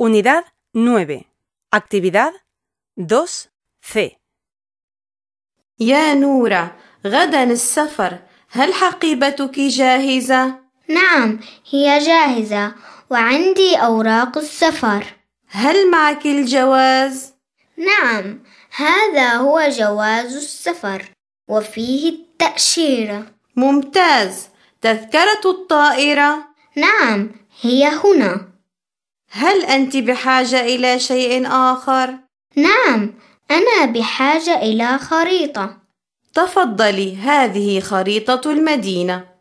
Unidad 9. Actividad 2C. يا نورة غدا السفر هل حقيبتك جاهزة؟ نعم هي جاهزة وعندي أوراق السفر هل معك الجواز؟ نعم هذا هو جواز السفر وفيه التأشيرة ممتاز تذكرة الطائرة نعم هي هنا هل أنت بحاجة إلى شيء آخر؟ نعم أنا بحاجة إلى خريطة تفضلي هذه خريطة المدينة